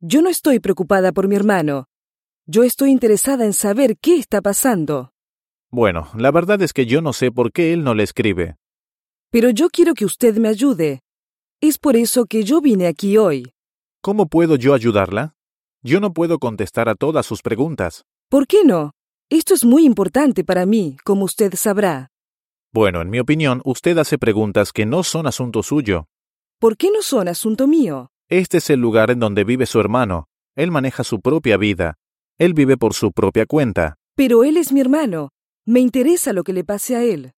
Yo no estoy preocupada por mi hermano. Yo estoy interesada en saber qué está pasando. Bueno, la verdad es que yo no sé por qué él no le escribe. Pero yo quiero que usted me ayude. Es por eso que yo vine aquí hoy. ¿Cómo puedo yo ayudarla? Yo no puedo contestar a todas sus preguntas. ¿Por qué no? Esto es muy importante para mí, como usted sabrá. Bueno, en mi opinión, usted hace preguntas que no son asunto suyo. ¿Por qué no son asunto mío? Este es el lugar en donde vive su hermano. Él maneja su propia vida. Él vive por su propia cuenta. Pero él es mi hermano. Me interesa lo que le pase a él.